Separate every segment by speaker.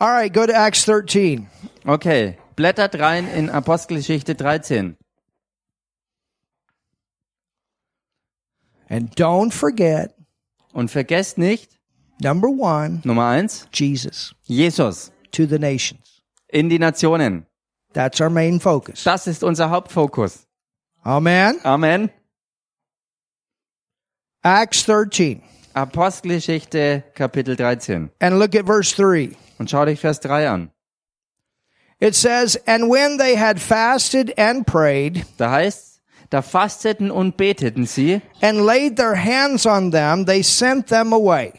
Speaker 1: All right, go to Acts 13.
Speaker 2: Okay, blättert rein in Apostelgeschichte 13.
Speaker 1: And don't forget,
Speaker 2: Und vergesst nicht,
Speaker 1: number one,
Speaker 2: Nummer eins,
Speaker 1: Jesus
Speaker 2: Jesus
Speaker 1: to the nations.
Speaker 2: in die Nationen.
Speaker 1: That's our main focus.
Speaker 2: Das ist unser Hauptfokus.
Speaker 1: Amen.
Speaker 2: Amen.
Speaker 1: Acts 13.
Speaker 2: Apostelgeschichte Kapitel 13.
Speaker 1: And look at verse 3.
Speaker 2: Und schau dich Vers 3 an.
Speaker 1: It says, And when they had fasted and prayed
Speaker 2: Da heißt, da fasteten und beteten sie,
Speaker 1: and laid their hands on them, they sent them away.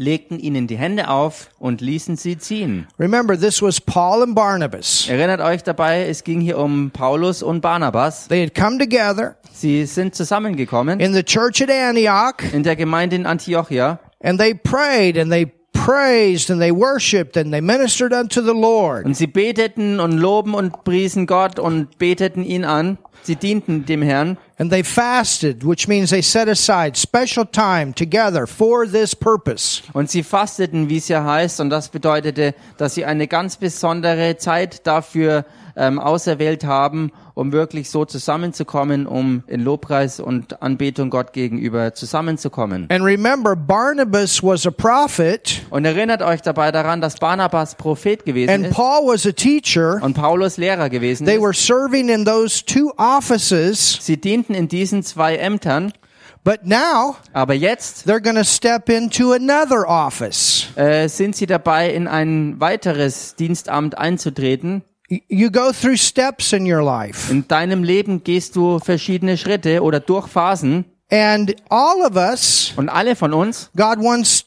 Speaker 2: legten ihnen die Hände auf und ließen sie ziehen.
Speaker 1: Remember, this was Paul and Barnabas.
Speaker 2: Erinnert euch dabei, es ging hier um Paulus und Barnabas.
Speaker 1: They had come together
Speaker 2: Sie sind zusammengekommen
Speaker 1: in the church at Antioch
Speaker 2: in der Gemeinde in Antiochia
Speaker 1: and they prayed and they praised and they worshiped and they ministered unto the Lord.
Speaker 2: und sie beteten und loben und priesen Gott und beteten ihn an. Sie dienten dem Herrn
Speaker 1: And they fasted, which means they set aside special time together for this purpose.
Speaker 2: und sie fasteten, wie es ja heißt, und das bedeutete, dass sie eine ganz besondere Zeit dafür ähm, auserwählt haben, um wirklich so zusammenzukommen, um in Lobpreis und Anbetung Gott gegenüber zusammenzukommen.
Speaker 1: And remember, Barnabas was a prophet
Speaker 2: Und erinnert euch dabei daran, dass Barnabas Prophet gewesen
Speaker 1: and
Speaker 2: ist
Speaker 1: Paul was a teacher.
Speaker 2: und Paulus Lehrer gewesen
Speaker 1: They
Speaker 2: ist.
Speaker 1: were serving in those two offices,
Speaker 2: Sie dienten in diesen zwei Ämtern,
Speaker 1: but now
Speaker 2: aber jetzt
Speaker 1: they're going to step into another office.
Speaker 2: äh, sind sie dabei, in ein weiteres Dienstamt einzutreten.
Speaker 1: Y- You go through steps in your life.
Speaker 2: In deinem Leben gehst du verschiedene Schritte oder durch Phasen.
Speaker 1: And all of us,
Speaker 2: Und alle von uns,
Speaker 1: God wants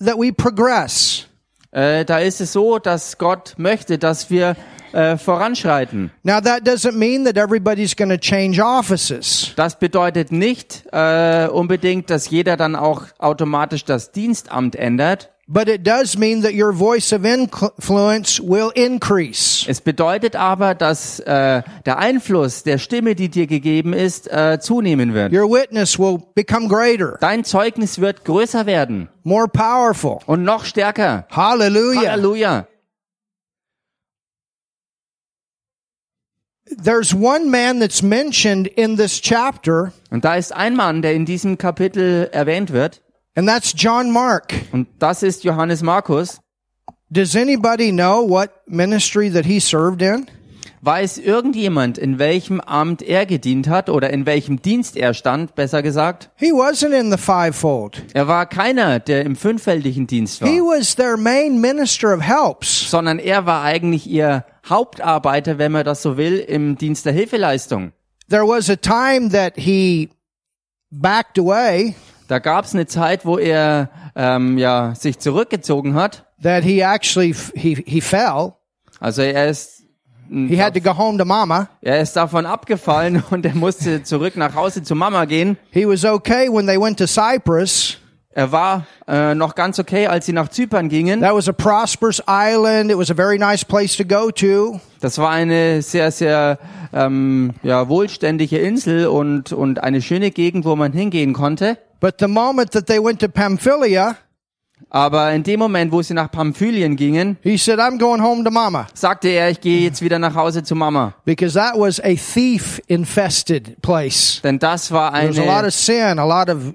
Speaker 1: that we progress.
Speaker 2: äh, da ist es so, dass Gott möchte, dass wir äh, voranschreiten.
Speaker 1: Now, that doesn't mean that everybody's going to change offices.
Speaker 2: Das bedeutet nicht äh, unbedingt, dass jeder dann auch automatisch das Dienstamt ändert.
Speaker 1: But it does mean that your voice of influence will increase.
Speaker 2: Es bedeutet aber, dass äh, der Einfluss der Stimme, die dir gegeben ist, äh, zunehmen wird.
Speaker 1: Your witness will become greater,
Speaker 2: Dein Zeugnis wird größer werden
Speaker 1: more powerful.
Speaker 2: und noch stärker.
Speaker 1: Hallelujah.
Speaker 2: Halleluja.
Speaker 1: There's one man that's mentioned in this chapter,
Speaker 2: Und da ist ein Mann, der in diesem Kapitel erwähnt wird,
Speaker 1: and that's John Mark.
Speaker 2: und das ist Johannes Markus.
Speaker 1: Does anybody know what ministry that he served in?
Speaker 2: Weiß irgendjemand, in welchem Amt er gedient hat oder in welchem Dienst er stand, besser gesagt?
Speaker 1: He wasn't in the fivefold.
Speaker 2: Er war keiner, der im fünffältigen Dienst
Speaker 1: He
Speaker 2: war,
Speaker 1: was their main minister of helps.
Speaker 2: sondern er war eigentlich ihr Hauptarbeiter, wenn man das so will, im Dienst der Hilfeleistung.
Speaker 1: There was a time that he backed away,
Speaker 2: Da gab es eine Zeit, wo er ähm, ja sich zurückgezogen hat.
Speaker 1: that he actually f- he he fell.
Speaker 2: Also er ist
Speaker 1: He had to go home to mama.
Speaker 2: er ist davon abgefallen und er musste zurück nach Hause zu Mama gehen.
Speaker 1: He was okay when they went to Cyprus.
Speaker 2: Er war äh, noch ganz okay, als sie nach Zypern gingen.
Speaker 1: That was a prosperous island. It was a very nice place to go to.
Speaker 2: Das war eine sehr, sehr ähm, ja, wohlständige Insel und, und eine schöne Gegend, wo man hingehen konnte.
Speaker 1: But the moment that they went to Pamphylia,
Speaker 2: Aber in dem Moment, wo sie nach Pamphylien gingen,
Speaker 1: he said, "I'm going home to mama,"
Speaker 2: sagte er, ich gehe jetzt wieder nach Hause zu Mama.
Speaker 1: because that was a thief infested place.
Speaker 2: Denn das war
Speaker 1: There was a lot
Speaker 2: eine,
Speaker 1: of sin, a lot of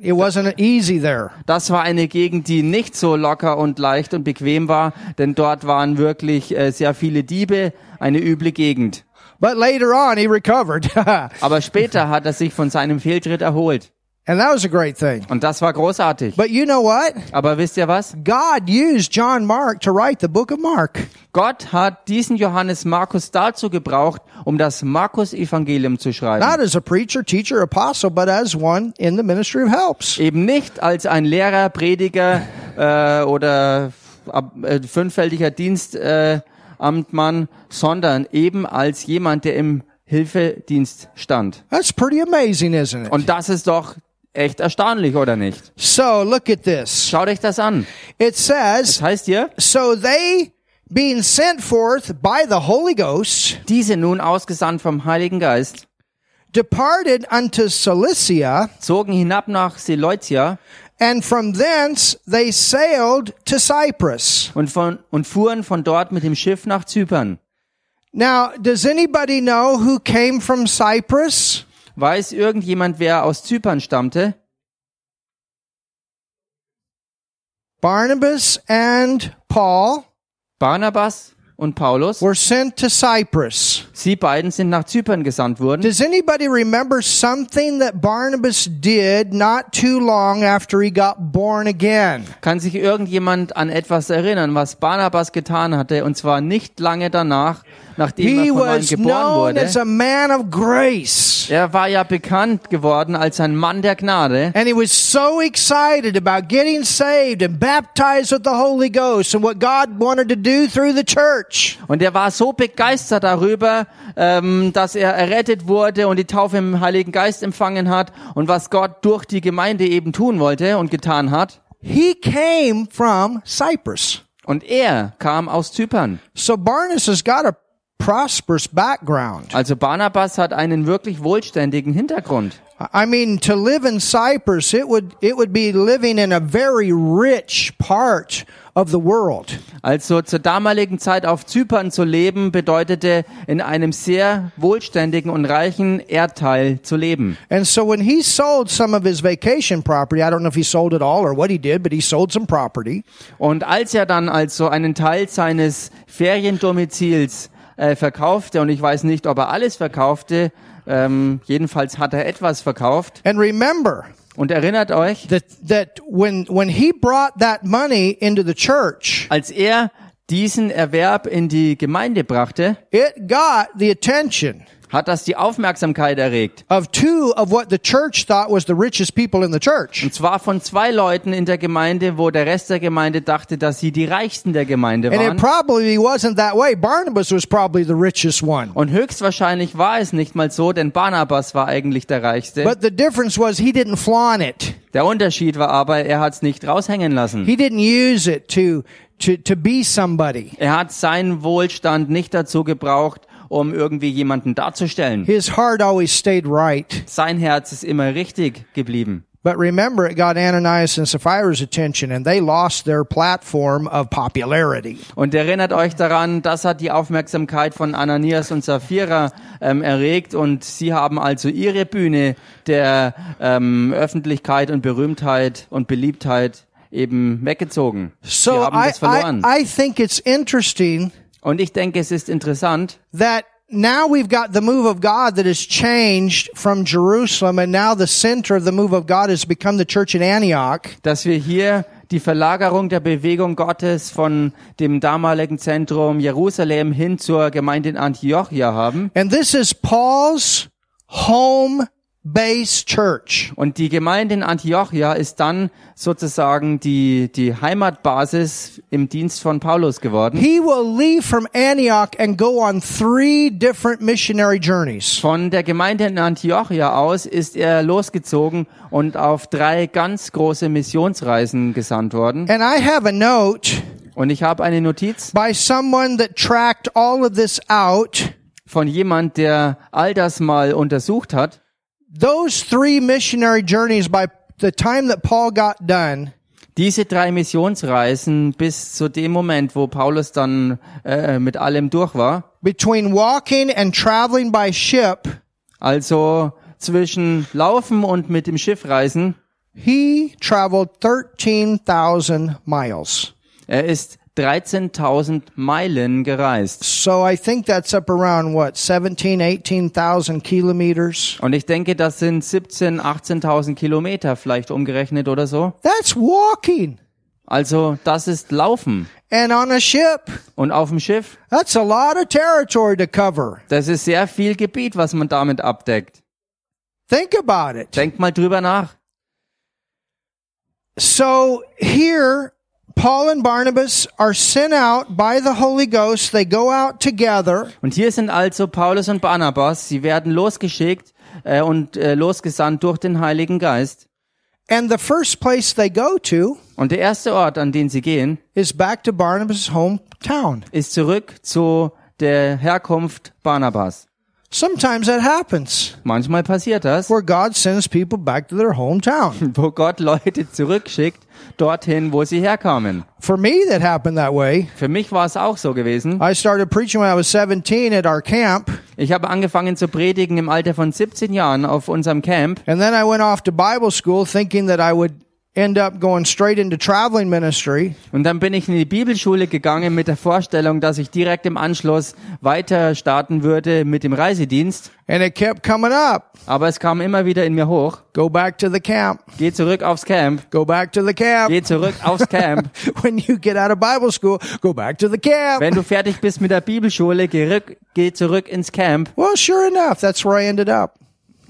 Speaker 1: it wasn't easy there.
Speaker 2: das war eine Gegend, die nicht so locker und leicht und bequem war, denn dort waren wirklich äh, sehr viele Diebe, eine üble Gegend.
Speaker 1: But later on, he recovered. and
Speaker 2: Aber später hat er sich von seinem Fehltritt erholt.
Speaker 1: that was a great thing.
Speaker 2: Und das war großartig.
Speaker 1: But you know what?
Speaker 2: Aber wisst ihr was?
Speaker 1: God used John Mark to write the book of Mark.
Speaker 2: Gott hat diesen Johannes Markus dazu gebraucht, um das Markus-Evangelium zu schreiben.
Speaker 1: not as a preacher, teacher, apostle, but as one in the ministry of helps.
Speaker 2: Eben nicht als ein Lehrer, Prediger äh, oder ab, äh, fünffältiger Dienstamtmann, äh, Amtmann, sondern eben als jemand, der im Hilfedienst stand.
Speaker 1: That's pretty amazing, isn't it?
Speaker 2: Und das ist doch echt erstaunlich, oder nicht?
Speaker 1: So look at this.
Speaker 2: Schaut euch das an.
Speaker 1: It
Speaker 2: Das
Speaker 1: says,
Speaker 2: heißt hier,
Speaker 1: so they being sent forth by the Holy Ghost
Speaker 2: diese nun ausgesandt vom Heiligen Geist
Speaker 1: departed unto Cilicia
Speaker 2: zogen hinab nach Seleucia
Speaker 1: And from thence they sailed to Cyprus.
Speaker 2: und, von, und fuhren von dort mit dem Schiff nach Zypern.
Speaker 1: Now, does anybody know who came from Cyprus?
Speaker 2: Weiß irgendjemand, wer aus Zypern stammte?
Speaker 1: Barnabas and Paul
Speaker 2: Barnabas und Paulus.
Speaker 1: were sent to Cyprus.
Speaker 2: Sie beiden sind nach Zypern gesandt worden.
Speaker 1: Does anybody remember something that Barnabas did not too long after he got born again?
Speaker 2: Kann sich irgendjemand an etwas erinnern, was Barnabas getan hatte, und zwar nicht lange danach, nachdem
Speaker 1: He
Speaker 2: er von neuem
Speaker 1: was
Speaker 2: geboren
Speaker 1: known as
Speaker 2: wurde.
Speaker 1: a man of grace.
Speaker 2: Er war ja bekannt geworden als ein Mann der Gnade.
Speaker 1: And he was so excited about getting saved and baptized with the Holy Ghost and what God wanted to do through the church.
Speaker 2: Und er war so begeistert darüber, ähm, dass er errettet wurde und die Taufe im Heiligen Geist empfangen hat und was Gott durch die Gemeinde eben tun wollte und getan hat.
Speaker 1: He came from Cyprus.
Speaker 2: Und er kam aus Zypern.
Speaker 1: So Barnabas has got a prosperous background.
Speaker 2: Also Barnabas hat einen wirklich wohlständigen Hintergrund.
Speaker 1: I mean, to live in Cyprus, it would, it would be living in a very rich part of the world.
Speaker 2: Also zur damaligen Zeit auf Zypern zu leben, bedeutete in einem sehr wohlständigen und reichen Erdteil zu leben.
Speaker 1: And so when he sold some of his vacation property, I don't know if he sold it all or what he did, but he sold some property.
Speaker 2: Und als er dann also einen Teil seines Feriendomizils äh, verkaufte, und ich weiß nicht, ob er alles verkaufte, ähm, jedenfalls hat er etwas verkauft.
Speaker 1: And remember,
Speaker 2: Und erinnert euch,
Speaker 1: that that when when he brought that money into the church
Speaker 2: als er diesen Erwerb in die Gemeinde brachte,
Speaker 1: it got the attention
Speaker 2: hat das die Aufmerksamkeit erregt.
Speaker 1: of two of what the church thought was the richest people in the church
Speaker 2: Und zwar von zwei Leuten in der Gemeinde, wo der Rest der Gemeinde dachte, dass sie die Reichsten der Gemeinde
Speaker 1: and it
Speaker 2: waren.
Speaker 1: probably wasn't that way barnabas was probably the richest one
Speaker 2: Und höchstwahrscheinlich war es nicht mal so, denn Barnabas war eigentlich der Reichste.
Speaker 1: but the difference was he didn't flaunt it
Speaker 2: Der Unterschied war aber, er hat es nicht raushängen lassen.
Speaker 1: he didn't use it to to to be somebody
Speaker 2: Er hat seinen Wohlstand nicht dazu gebraucht, um irgendwie jemanden darzustellen.
Speaker 1: his heart always stayed right
Speaker 2: Sein Herz ist immer richtig geblieben.
Speaker 1: but remember it got ananias and sapphira's attention and they lost their platform of popularity
Speaker 2: Und erinnert euch daran, das hat die Aufmerksamkeit von Ananias und Sapphira ähm, erregt und sie haben also ihre Bühne der ähm, Öffentlichkeit und Berühmtheit und Beliebtheit eben weggezogen. Sie
Speaker 1: so
Speaker 2: haben
Speaker 1: I,
Speaker 2: das
Speaker 1: I
Speaker 2: verloren.
Speaker 1: i think it's interesting
Speaker 2: und ich denke, es ist interessant,
Speaker 1: that now we've got the move of God that has changed from Jerusalem, and now the center of the move of God has become the church in Antioch.
Speaker 2: dass wir hier die Verlagerung der Bewegung Gottes von dem damaligen Zentrum Jerusalem hin zur Gemeinde in Antiochia haben.
Speaker 1: And this is Paul's home base church.
Speaker 2: Und die Gemeinde in Antiochia ist dann sozusagen die, die Heimatbasis im Dienst von Paulus geworden.
Speaker 1: He will leave from Antioch and go on three different missionary journeys.
Speaker 2: Von der Gemeinde in Antiochia aus ist er losgezogen und auf drei ganz große Missionsreisen gesandt worden.
Speaker 1: And I have a note
Speaker 2: Und ich habe eine Notiz
Speaker 1: by someone that tracked all of this out.
Speaker 2: von jemand, der all das mal untersucht hat.
Speaker 1: Those three missionary journeys by the time that Paul got done,
Speaker 2: Diese drei Missionsreisen bis zu dem Moment, wo Paulus dann äh, mit allem durch war,
Speaker 1: between walking and traveling by ship,
Speaker 2: also zwischen Laufen und mit dem Schiff reisen,
Speaker 1: He traveled 13,000 miles.
Speaker 2: Er ist 13.000 Meilen gereist.
Speaker 1: So I think that's up around what, 17, 18,000 kilometers?
Speaker 2: Und ich denke, das sind 17.000, 18.000 Kilometer vielleicht umgerechnet oder so.
Speaker 1: That's walking.
Speaker 2: Also das ist Laufen.
Speaker 1: And on a ship,
Speaker 2: Und auf dem Schiff,
Speaker 1: that's a lot of territory to cover.
Speaker 2: das ist sehr viel Gebiet, was man damit abdeckt.
Speaker 1: Think about it.
Speaker 2: Denkt mal drüber nach.
Speaker 1: So here, Paul and Barnabas are sent out by the Holy Ghost. They go out together.
Speaker 2: Und hier sind also Paulus und Barnabas. Sie werden losgeschickt äh, und äh, losgesandt durch den Heiligen Geist.
Speaker 1: And the first place they go to
Speaker 2: Und der erste Ort, an den sie gehen,
Speaker 1: is back to Barnabas' hometown.
Speaker 2: ist zurück zu der Herkunft Barnabas.
Speaker 1: Sometimes that happens
Speaker 2: Manchmal passiert das,
Speaker 1: where God sends people back to their hometown.
Speaker 2: wo Gott Leute zurückschickt, dorthin, wo sie herkamen.
Speaker 1: For me, that happened that way.
Speaker 2: Für mich war es auch so gewesen.
Speaker 1: I started preaching when I was 17 at our camp,
Speaker 2: Ich habe angefangen zu predigen im Alter von 17 Jahren auf unserem Camp.
Speaker 1: and then I went off to Bible school thinking that I would end up going straight into traveling ministry.
Speaker 2: Und dann bin ich in die Bibelschule gegangen mit der Vorstellung, dass ich direkt im Anschluss weiter starten würde mit dem Reisedienst.
Speaker 1: And it kept coming up.
Speaker 2: Aber es kam immer wieder in mir hoch.
Speaker 1: Go back to the camp.
Speaker 2: Geh zurück aufs Camp.
Speaker 1: Go back to the
Speaker 2: Geh
Speaker 1: camp.
Speaker 2: zurück aufs Camp.
Speaker 1: When you get out of Bible school, go back to the
Speaker 2: Wenn
Speaker 1: camp.
Speaker 2: du fertig bist mit der Bibelschule, geh, rück, geh zurück ins Camp.
Speaker 1: Well, sure enough, that's where I ended up.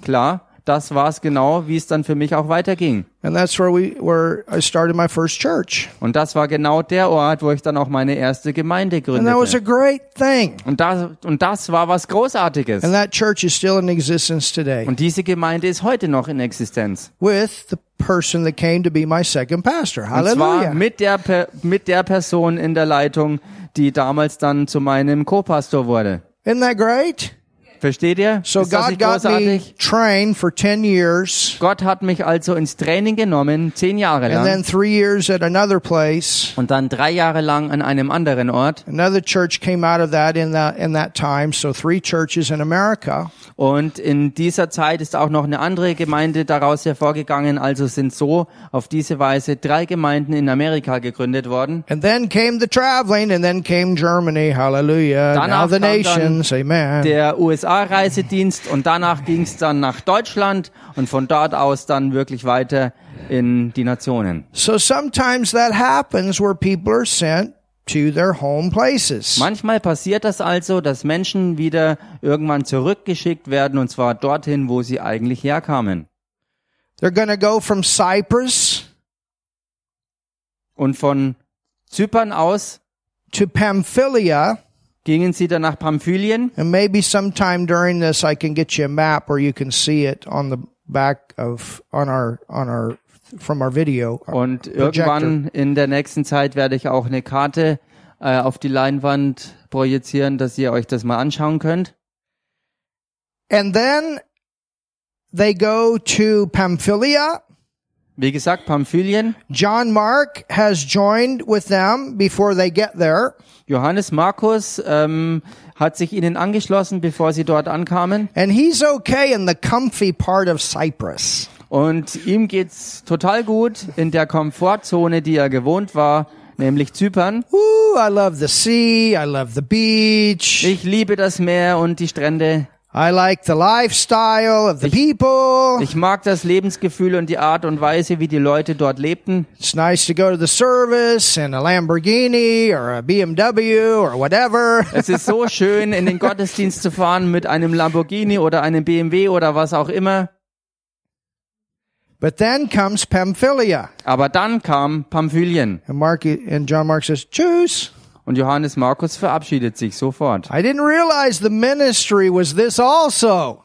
Speaker 2: Klar, das war es genau, wie es dann für mich auch weiterging.
Speaker 1: And that's where we where I started my first church.
Speaker 2: Und das war genau der Ort, wo ich dann auch meine erste Gemeinde
Speaker 1: And that was a
Speaker 2: gründete.
Speaker 1: great thing.
Speaker 2: Und das, und das war was Großartiges.
Speaker 1: And that church is still in existence today
Speaker 2: Und diese Gemeinde ist heute noch in Existenz.
Speaker 1: with the person that came to be my second pastor.
Speaker 2: Und zwar
Speaker 1: Hallelujah.
Speaker 2: mit der, Per- mit der Person in der Leitung, die damals dann zu meinem Co-Pastor wurde.
Speaker 1: Isn't that great?
Speaker 2: Versteht ihr?
Speaker 1: So
Speaker 2: ist das
Speaker 1: God
Speaker 2: nicht
Speaker 1: got me
Speaker 2: großartig?
Speaker 1: trained for 10 years
Speaker 2: Gott hat mich also ins Training genommen, zehn Jahre
Speaker 1: and
Speaker 2: lang.
Speaker 1: then 3 years at another place.
Speaker 2: Und dann drei Jahre lang an einem anderen Ort.
Speaker 1: Another church came out of that in that in that time, so three churches in America.
Speaker 2: Und in dieser Zeit ist auch noch eine andere Gemeinde daraus hervorgegangen. Also sind so auf diese Weise drei Gemeinden in Amerika gegründet worden.
Speaker 1: And then came the traveling and then came Germany. Hallelujah.
Speaker 2: Danach
Speaker 1: now the
Speaker 2: kam dann
Speaker 1: nations. Amen.
Speaker 2: Der USA-Reisedienst und danach ging es dann nach Deutschland und von dort aus dann wirklich weiter in die Nationen.
Speaker 1: So sometimes that happens where people are sent to their home places.
Speaker 2: Manchmal passiert das also, dass Menschen wieder irgendwann zurückgeschickt werden und zwar dorthin, wo sie eigentlich herkamen.
Speaker 1: They're going to go from Cyprus
Speaker 2: Und von Zypern aus
Speaker 1: to Pamphylia
Speaker 2: gingen sie dann nach Pamphylien
Speaker 1: and maybe sometime during this I can get you a map where you can see it on the back of on our on our from our video.
Speaker 2: und
Speaker 1: Projector.
Speaker 2: irgendwann in der nächsten Zeit werde ich auch eine Karte äh, auf die Leinwand projizieren, dass ihr euch das mal anschauen könnt.
Speaker 1: And then they go to Pamphylia.
Speaker 2: Wie gesagt, Pamphylien.
Speaker 1: John Mark has joined with them before they get there.
Speaker 2: Johannes Markus ähm, hat sich ihnen angeschlossen, bevor sie dort ankamen.
Speaker 1: And he's okay in the comfy part of Cyprus.
Speaker 2: Und ihm geht's total gut in der Komfortzone, die er gewohnt war, nämlich Zypern.
Speaker 1: Ooh, I love the sea. I love the beach.
Speaker 2: Ich liebe das Meer und die Strände.
Speaker 1: I like the lifestyle of the people.
Speaker 2: Ich mag das Lebensgefühl und die Art und Weise, wie die Leute dort lebten.
Speaker 1: It's nice to go to the service in a Lamborghini or a BMW or whatever.
Speaker 2: Es ist so schön, in den Gottesdienst zu fahren mit einem Lamborghini oder einem BMW oder was auch immer.
Speaker 1: But then comes Pamphylia.
Speaker 2: Aber dann kam Pamphylien
Speaker 1: And Mark and John Mark says, choose.
Speaker 2: und Johannes Markus verabschiedet sich sofort.
Speaker 1: I didn't realize the ministry was this also.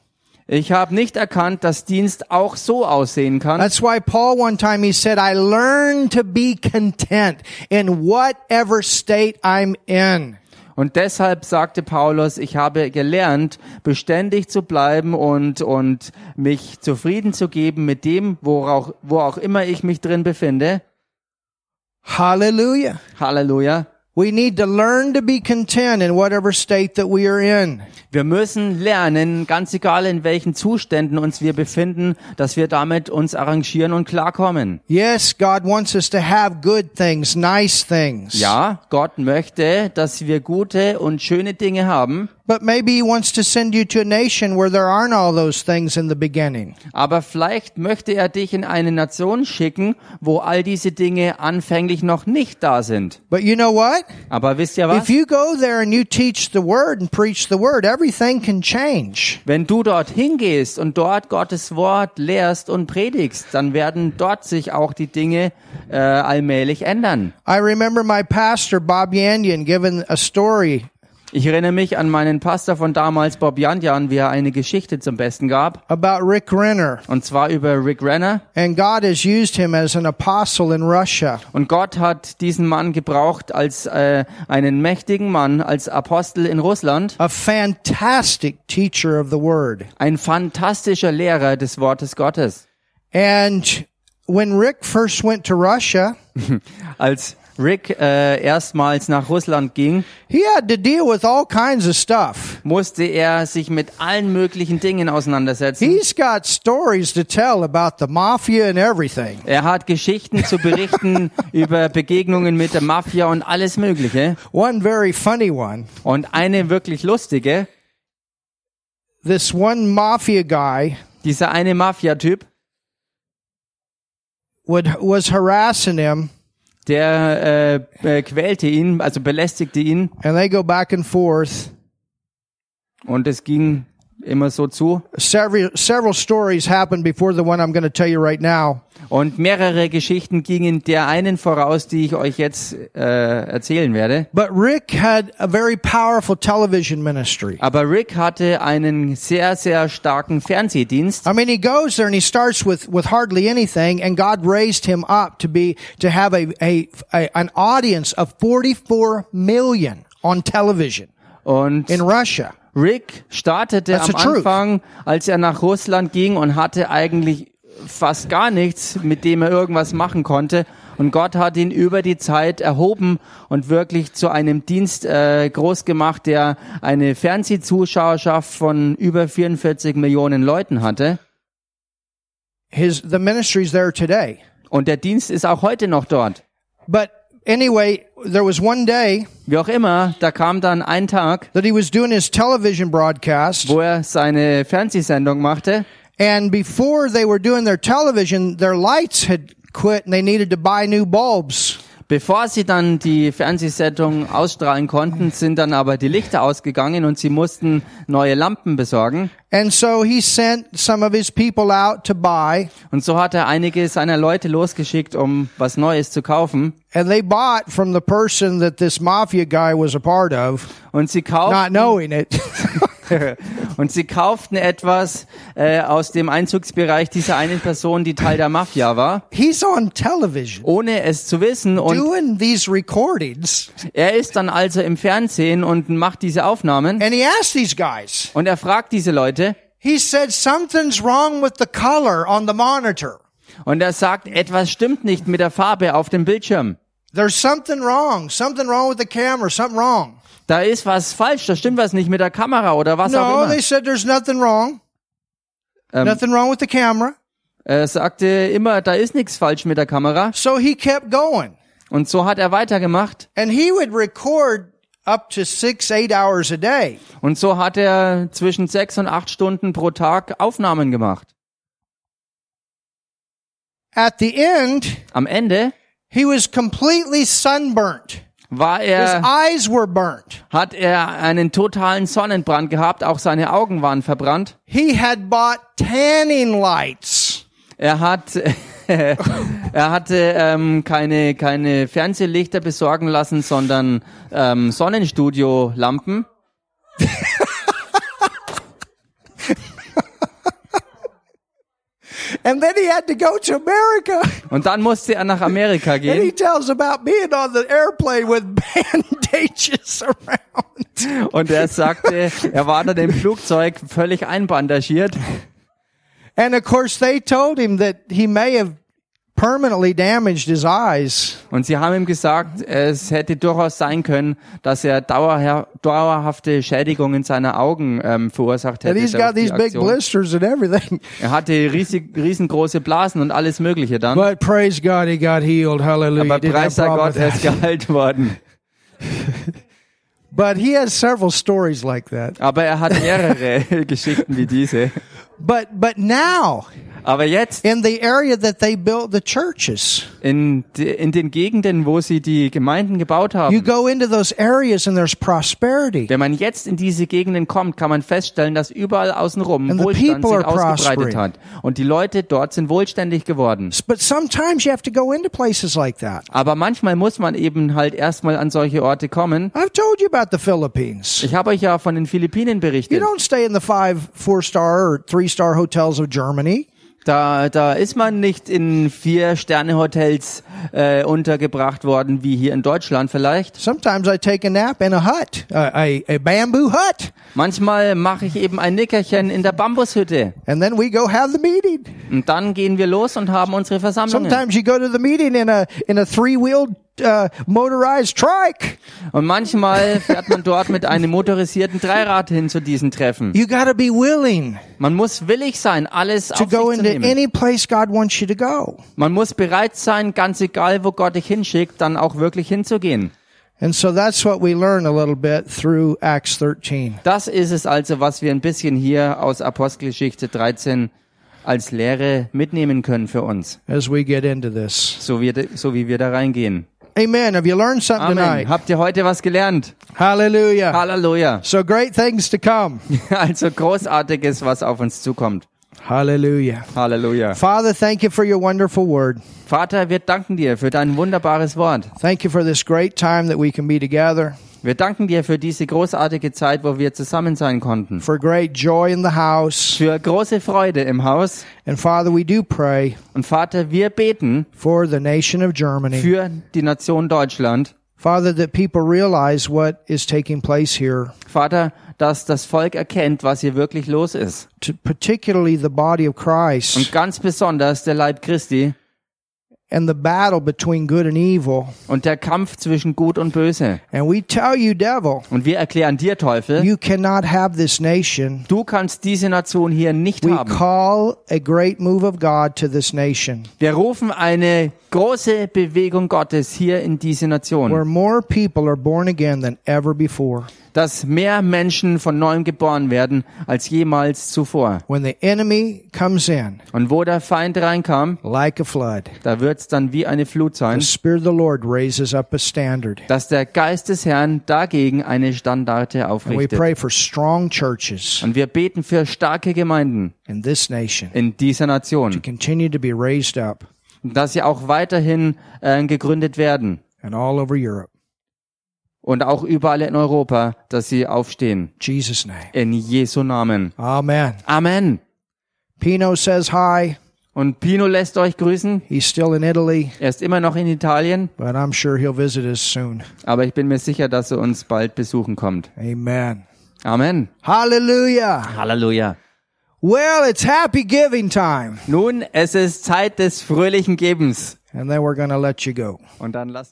Speaker 2: Ich habe nicht erkannt, dass Dienst auch so aussehen kann.
Speaker 1: That's why Paul one time he said, I learned to be content in whatever state I'm in.
Speaker 2: Und deshalb sagte Paulus, ich habe gelernt, beständig zu bleiben und, und mich zufrieden zu geben mit dem, wo auch, wo auch immer ich mich drin befinde.
Speaker 1: Hallelujah.
Speaker 2: Halleluja.
Speaker 1: We need to learn to be content in whatever state that we are in.
Speaker 2: Wir müssen lernen, ganz egal in welchen Zuständen uns wir befinden, dass wir damit uns arrangieren und klarkommen.
Speaker 1: Yes, God wants us to have good things, nice things.
Speaker 2: Ja, Gott möchte, dass wir gute und schöne Dinge haben,
Speaker 1: But maybe he wants to send you to a nation where there aren't all those things in the beginning.
Speaker 2: aber vielleicht möchte er dich in eine Nation schicken, wo all diese Dinge anfänglich noch nicht da sind.
Speaker 1: But you know what?
Speaker 2: Aber wisst ihr was?
Speaker 1: If you go there and you teach the word and preach the word, everything can change.
Speaker 2: Wenn du dorthin gehst und dort Gottes Wort lehrst und predigst, dann werden dort sich auch die Dinge äh, allmählich ändern.
Speaker 1: I remember my pastor, Bob Yanyan, giving a story
Speaker 2: Ich erinnere mich an meinen Pastor von damals, Bob Janjan, wie er eine Geschichte zum Besten gab.
Speaker 1: about Rick Renner,
Speaker 2: Und zwar über Rick Renner.
Speaker 1: and God has used him as an apostle in Russia.
Speaker 2: Und Gott hat diesen Mann gebraucht als äh, einen mächtigen Mann, als Apostel in Russland.
Speaker 1: A fantastic teacher of the word.
Speaker 2: Ein fantastischer Lehrer des Wortes Gottes.
Speaker 1: And when Rick first went to Russia,
Speaker 2: Als Rick äh, erstmals nach Russland ging,
Speaker 1: he had to deal with all kinds of stuff.
Speaker 2: musste er sich mit allen möglichen Dingen auseinandersetzen.
Speaker 1: He's got stories to tell about the mafia and everything.
Speaker 2: Er hat Geschichten zu berichten über Begegnungen mit der Mafia und alles Mögliche.
Speaker 1: One very funny one.
Speaker 2: Und eine wirklich lustige,
Speaker 1: This one mafia guy
Speaker 2: dieser eine Mafia-Typ,
Speaker 1: would, was harassing him,
Speaker 2: der äh, äh, quälte ihn, also belästigte ihn.
Speaker 1: and they go back and forth.
Speaker 2: Und es ging immer so zu.
Speaker 1: Several, several stories happened before the one I'm going to tell you right now.
Speaker 2: Und mehrere Geschichten gingen der einen voraus, die ich euch jetzt äh, erzählen werde.
Speaker 1: But Rick had a very powerful television ministry.
Speaker 2: Aber Rick hatte einen sehr, sehr starken Fernsehdienst.
Speaker 1: I mean, he goes there and he starts with, with hardly anything, and God raised him up to be to have a, a, a an audience of 44 million on television
Speaker 2: Und
Speaker 1: in Russia.
Speaker 2: Rick startete
Speaker 1: That's
Speaker 2: am
Speaker 1: the truth.
Speaker 2: Anfang, als er nach Russland ging und hatte eigentlich fast gar nichts, mit dem er irgendwas machen konnte. Und Gott hat ihn über die Zeit erhoben und wirklich zu einem Dienst äh, groß gemacht, der eine Fernsehzuschauerschaft von über 44 Millionen Leuten hatte.
Speaker 1: His the ministry's there today.
Speaker 2: Und der Dienst ist auch heute noch dort.
Speaker 1: But anyway, there was one day
Speaker 2: Wie auch immer, da kam dann ein Tag,
Speaker 1: that he was doing his television broadcast,
Speaker 2: wo er seine Fernsehsendung machte.
Speaker 1: and before they were doing their television, their lights had quit, and they needed to buy new bulbs.
Speaker 2: Bevor sie dann die Fernsehsendung ausstrahlen konnten, sind dann aber die Lichter ausgegangen und sie mussten neue Lampen besorgen.
Speaker 1: And so he sent some of his people out to buy,
Speaker 2: Und so hat er einige seiner Leute losgeschickt, um was Neues zu kaufen.
Speaker 1: And they bought from the person that this mafia guy was a part of,
Speaker 2: Und sie, kauf
Speaker 1: not knowing it.
Speaker 2: und sie kauften etwas äh, aus dem Einzugsbereich dieser einen Person, die Teil der Mafia war,
Speaker 1: He's on television
Speaker 2: ohne es zu wissen. Und
Speaker 1: doing these recordings.
Speaker 2: er ist dann also im Fernsehen und macht diese Aufnahmen.
Speaker 1: And he asked these guys,
Speaker 2: Und er fragt diese Leute
Speaker 1: he said, something's wrong with the color on the monitor.
Speaker 2: und er sagt, etwas stimmt nicht mit der Farbe auf dem Bildschirm.
Speaker 1: There's something wrong. Something wrong with the camera. Something wrong.
Speaker 2: Da ist was falsch, da stimmt was nicht mit der Kamera oder was auch
Speaker 1: No,
Speaker 2: immer.
Speaker 1: they said there's nothing wrong.
Speaker 2: Um,
Speaker 1: nothing wrong with the camera.
Speaker 2: Er sagte immer, da ist nichts falsch mit der Kamera.
Speaker 1: So he kept going.
Speaker 2: Und so hat er weitergemacht.
Speaker 1: And he would record up to six, eight hours a day.
Speaker 2: Und so hat er zwischen sechs und acht Stunden pro Tag Aufnahmen gemacht.
Speaker 1: At the end,
Speaker 2: Am Ende
Speaker 1: He was completely sunburnt.
Speaker 2: war
Speaker 1: His
Speaker 2: er,
Speaker 1: eyes were burnt.
Speaker 2: hat er einen totalen Sonnenbrand gehabt, auch seine Augen waren verbrannt.
Speaker 1: He had bought tanning lights.
Speaker 2: Er hat, er hatte ähm, keine, keine Fernsehlichter besorgen lassen, sondern ähm, Sonnenstudio-Lampen.
Speaker 1: And then he had to go to America.
Speaker 2: Und dann musste er nach Amerika
Speaker 1: And
Speaker 2: gehen.
Speaker 1: he tells about being on the airplane with bandages around.
Speaker 2: Und er sagte, er war dann im Flugzeug völlig einbandagiert.
Speaker 1: And of course, they told him that he may have permanently damaged his eyes.
Speaker 2: Und sie haben ihm gesagt, es hätte durchaus sein können, dass er dauerha dauerhafte Schädigungen seiner Augen ähm, verursacht
Speaker 1: And
Speaker 2: hätte.
Speaker 1: he's
Speaker 2: durch
Speaker 1: got
Speaker 2: die
Speaker 1: these big
Speaker 2: Aktion.
Speaker 1: blisters and everything.
Speaker 2: Er hatte riesig, riesengroße Blasen und alles Mögliche dann.
Speaker 1: But praise God, he got healed. Hallelujah.
Speaker 2: Aber
Speaker 1: He didn't have
Speaker 2: preis
Speaker 1: a
Speaker 2: sei
Speaker 1: problem
Speaker 2: Gott,
Speaker 1: with
Speaker 2: er ist
Speaker 1: that.
Speaker 2: geheilt worden.
Speaker 1: But he has several stories like that.
Speaker 2: Aber er hat mehrere Geschichten wie diese.
Speaker 1: But but now
Speaker 2: Aber jetzt
Speaker 1: in the area that they built the churches.
Speaker 2: in, de- in den Gegenden, wo sie die Gemeinden gebaut
Speaker 1: You
Speaker 2: haben,
Speaker 1: go into those areas and there's prosperity.
Speaker 2: wenn man jetzt in diese Gegenden kommt, kann man feststellen, dass überall
Speaker 1: And
Speaker 2: außenrum
Speaker 1: the
Speaker 2: Wohlstand
Speaker 1: people
Speaker 2: sich
Speaker 1: are prospering.
Speaker 2: ausgebreitet hat. Und die Leute dort sind wohlständig geworden.
Speaker 1: But sometimes you have to go into places like that.
Speaker 2: Aber manchmal muss man eben halt erstmal an solche Orte kommen.
Speaker 1: I've told you about the Philippines.
Speaker 2: Ich habe euch ja von den Philippinen
Speaker 1: You
Speaker 2: berichtet.
Speaker 1: don't stay in the five four star or three star hotels of Germany.
Speaker 2: Da, da ist man nicht in Vier-Sterne-Hotels äh, untergebracht worden, wie hier in Deutschland vielleicht.
Speaker 1: Sometimes I take a nap in a hut, a, a, a bamboo hut,
Speaker 2: Manchmal mache ich eben ein Nickerchen in der Bambushütte.
Speaker 1: and then we go have the meeting.
Speaker 2: Und dann gehen wir los und haben unsere Versammlungen.
Speaker 1: Sometimes you go to the meeting in a in a three wheeled uh, motorized trike.
Speaker 2: Und manchmal fährt man dort mit einem motorisierten Dreirad hin zu diesen Treffen.
Speaker 1: You got to be willing
Speaker 2: Man muss willig sein, alles
Speaker 1: to
Speaker 2: auf sich
Speaker 1: go
Speaker 2: zu
Speaker 1: into
Speaker 2: nehmen.
Speaker 1: any place God wants you to go.
Speaker 2: Man muss bereit sein, ganz egal, wo Gott dich hinschickt, dann auch wirklich hinzugehen.
Speaker 1: And so that's what we learn a little bit through Acts 13.
Speaker 2: Das ist es also, was wir ein bisschen hier aus Apostelgeschichte 13 als Lehre mitnehmen können für uns,
Speaker 1: as we get into this.
Speaker 2: so wie, so wie wir da reingehen.
Speaker 1: Amen. Have you learned something
Speaker 2: Amen.
Speaker 1: tonight?
Speaker 2: Habt ihr heute was gelernt?
Speaker 1: Hallelujah.
Speaker 2: Halleluja.
Speaker 1: so great things to come.
Speaker 2: Also großartiges, was auf uns zukommt.
Speaker 1: Hallelujah.
Speaker 2: Halleluja.
Speaker 1: Father, thank you for your wonderful word.
Speaker 2: Vater, wir danken dir für dein wunderbares Wort.
Speaker 1: Thank you for this great time that we can be together,
Speaker 2: Wir danken dir für diese großartige Zeit, wo wir zusammen sein konnten.
Speaker 1: for great joy in the house.
Speaker 2: Für große Freude im Haus.
Speaker 1: And Father, we do pray
Speaker 2: Und Vater, wir beten
Speaker 1: for the nation of Germany.
Speaker 2: für die Nation Deutschland.
Speaker 1: Father, that people realize what is taking place here,
Speaker 2: Vater, dass das Volk erkennt, was hier wirklich los ist.
Speaker 1: to particularly the body of
Speaker 2: Und
Speaker 1: Christ
Speaker 2: ganz besonders der Leib Christi
Speaker 1: and the battle between good and evil.
Speaker 2: und der Kampf zwischen Gut und Böse.
Speaker 1: And we tell you, devil,
Speaker 2: Und wir erklären dir, Teufel,
Speaker 1: you cannot have this nation
Speaker 2: du kannst diese Nation hier nicht
Speaker 1: We
Speaker 2: haben.
Speaker 1: call a great move of God to this nation
Speaker 2: Wir rufen eine große Bewegung Gottes hier in diese
Speaker 1: where
Speaker 2: Nation,
Speaker 1: more people are born again than ever before.
Speaker 2: dass mehr Menschen von neuem geboren werden als jemals zuvor.
Speaker 1: When the enemy comes in
Speaker 2: Und wo der Feind reinkam,
Speaker 1: like a flood,
Speaker 2: da wird's dann wie eine Flut
Speaker 1: the
Speaker 2: sein,
Speaker 1: Spirit of the Lord raises up a standard.
Speaker 2: dass der Geist des Herrn dagegen eine Standarte
Speaker 1: And we
Speaker 2: aufrichtet.
Speaker 1: pray for strong churches
Speaker 2: Und wir beten für starke Gemeinden
Speaker 1: in this nation
Speaker 2: in dieser Nation,
Speaker 1: continue to be raised up
Speaker 2: dass sie auch weiterhin äh, gegründet werden
Speaker 1: and all over Europe.
Speaker 2: und auch überall in Europa, dass sie aufstehen.
Speaker 1: In Jesus' name.
Speaker 2: In Jesu Namen.
Speaker 1: Amen.
Speaker 2: Amen.
Speaker 1: Pino says hi.
Speaker 2: Und Pino lässt euch grüßen.
Speaker 1: He's still in Italy,
Speaker 2: Er ist immer noch in Italien,
Speaker 1: but I'm sure he'll visit us soon.
Speaker 2: aber ich bin mir sicher, dass er uns bald besuchen kommt.
Speaker 1: Amen.
Speaker 2: Amen.
Speaker 1: Hallelujah.
Speaker 2: Halleluja.
Speaker 1: Well, it's happy giving time.
Speaker 2: Nun, es ist Zeit des fröhlichen Gebens.
Speaker 1: And then we're going to let you go.
Speaker 2: Und dann lassen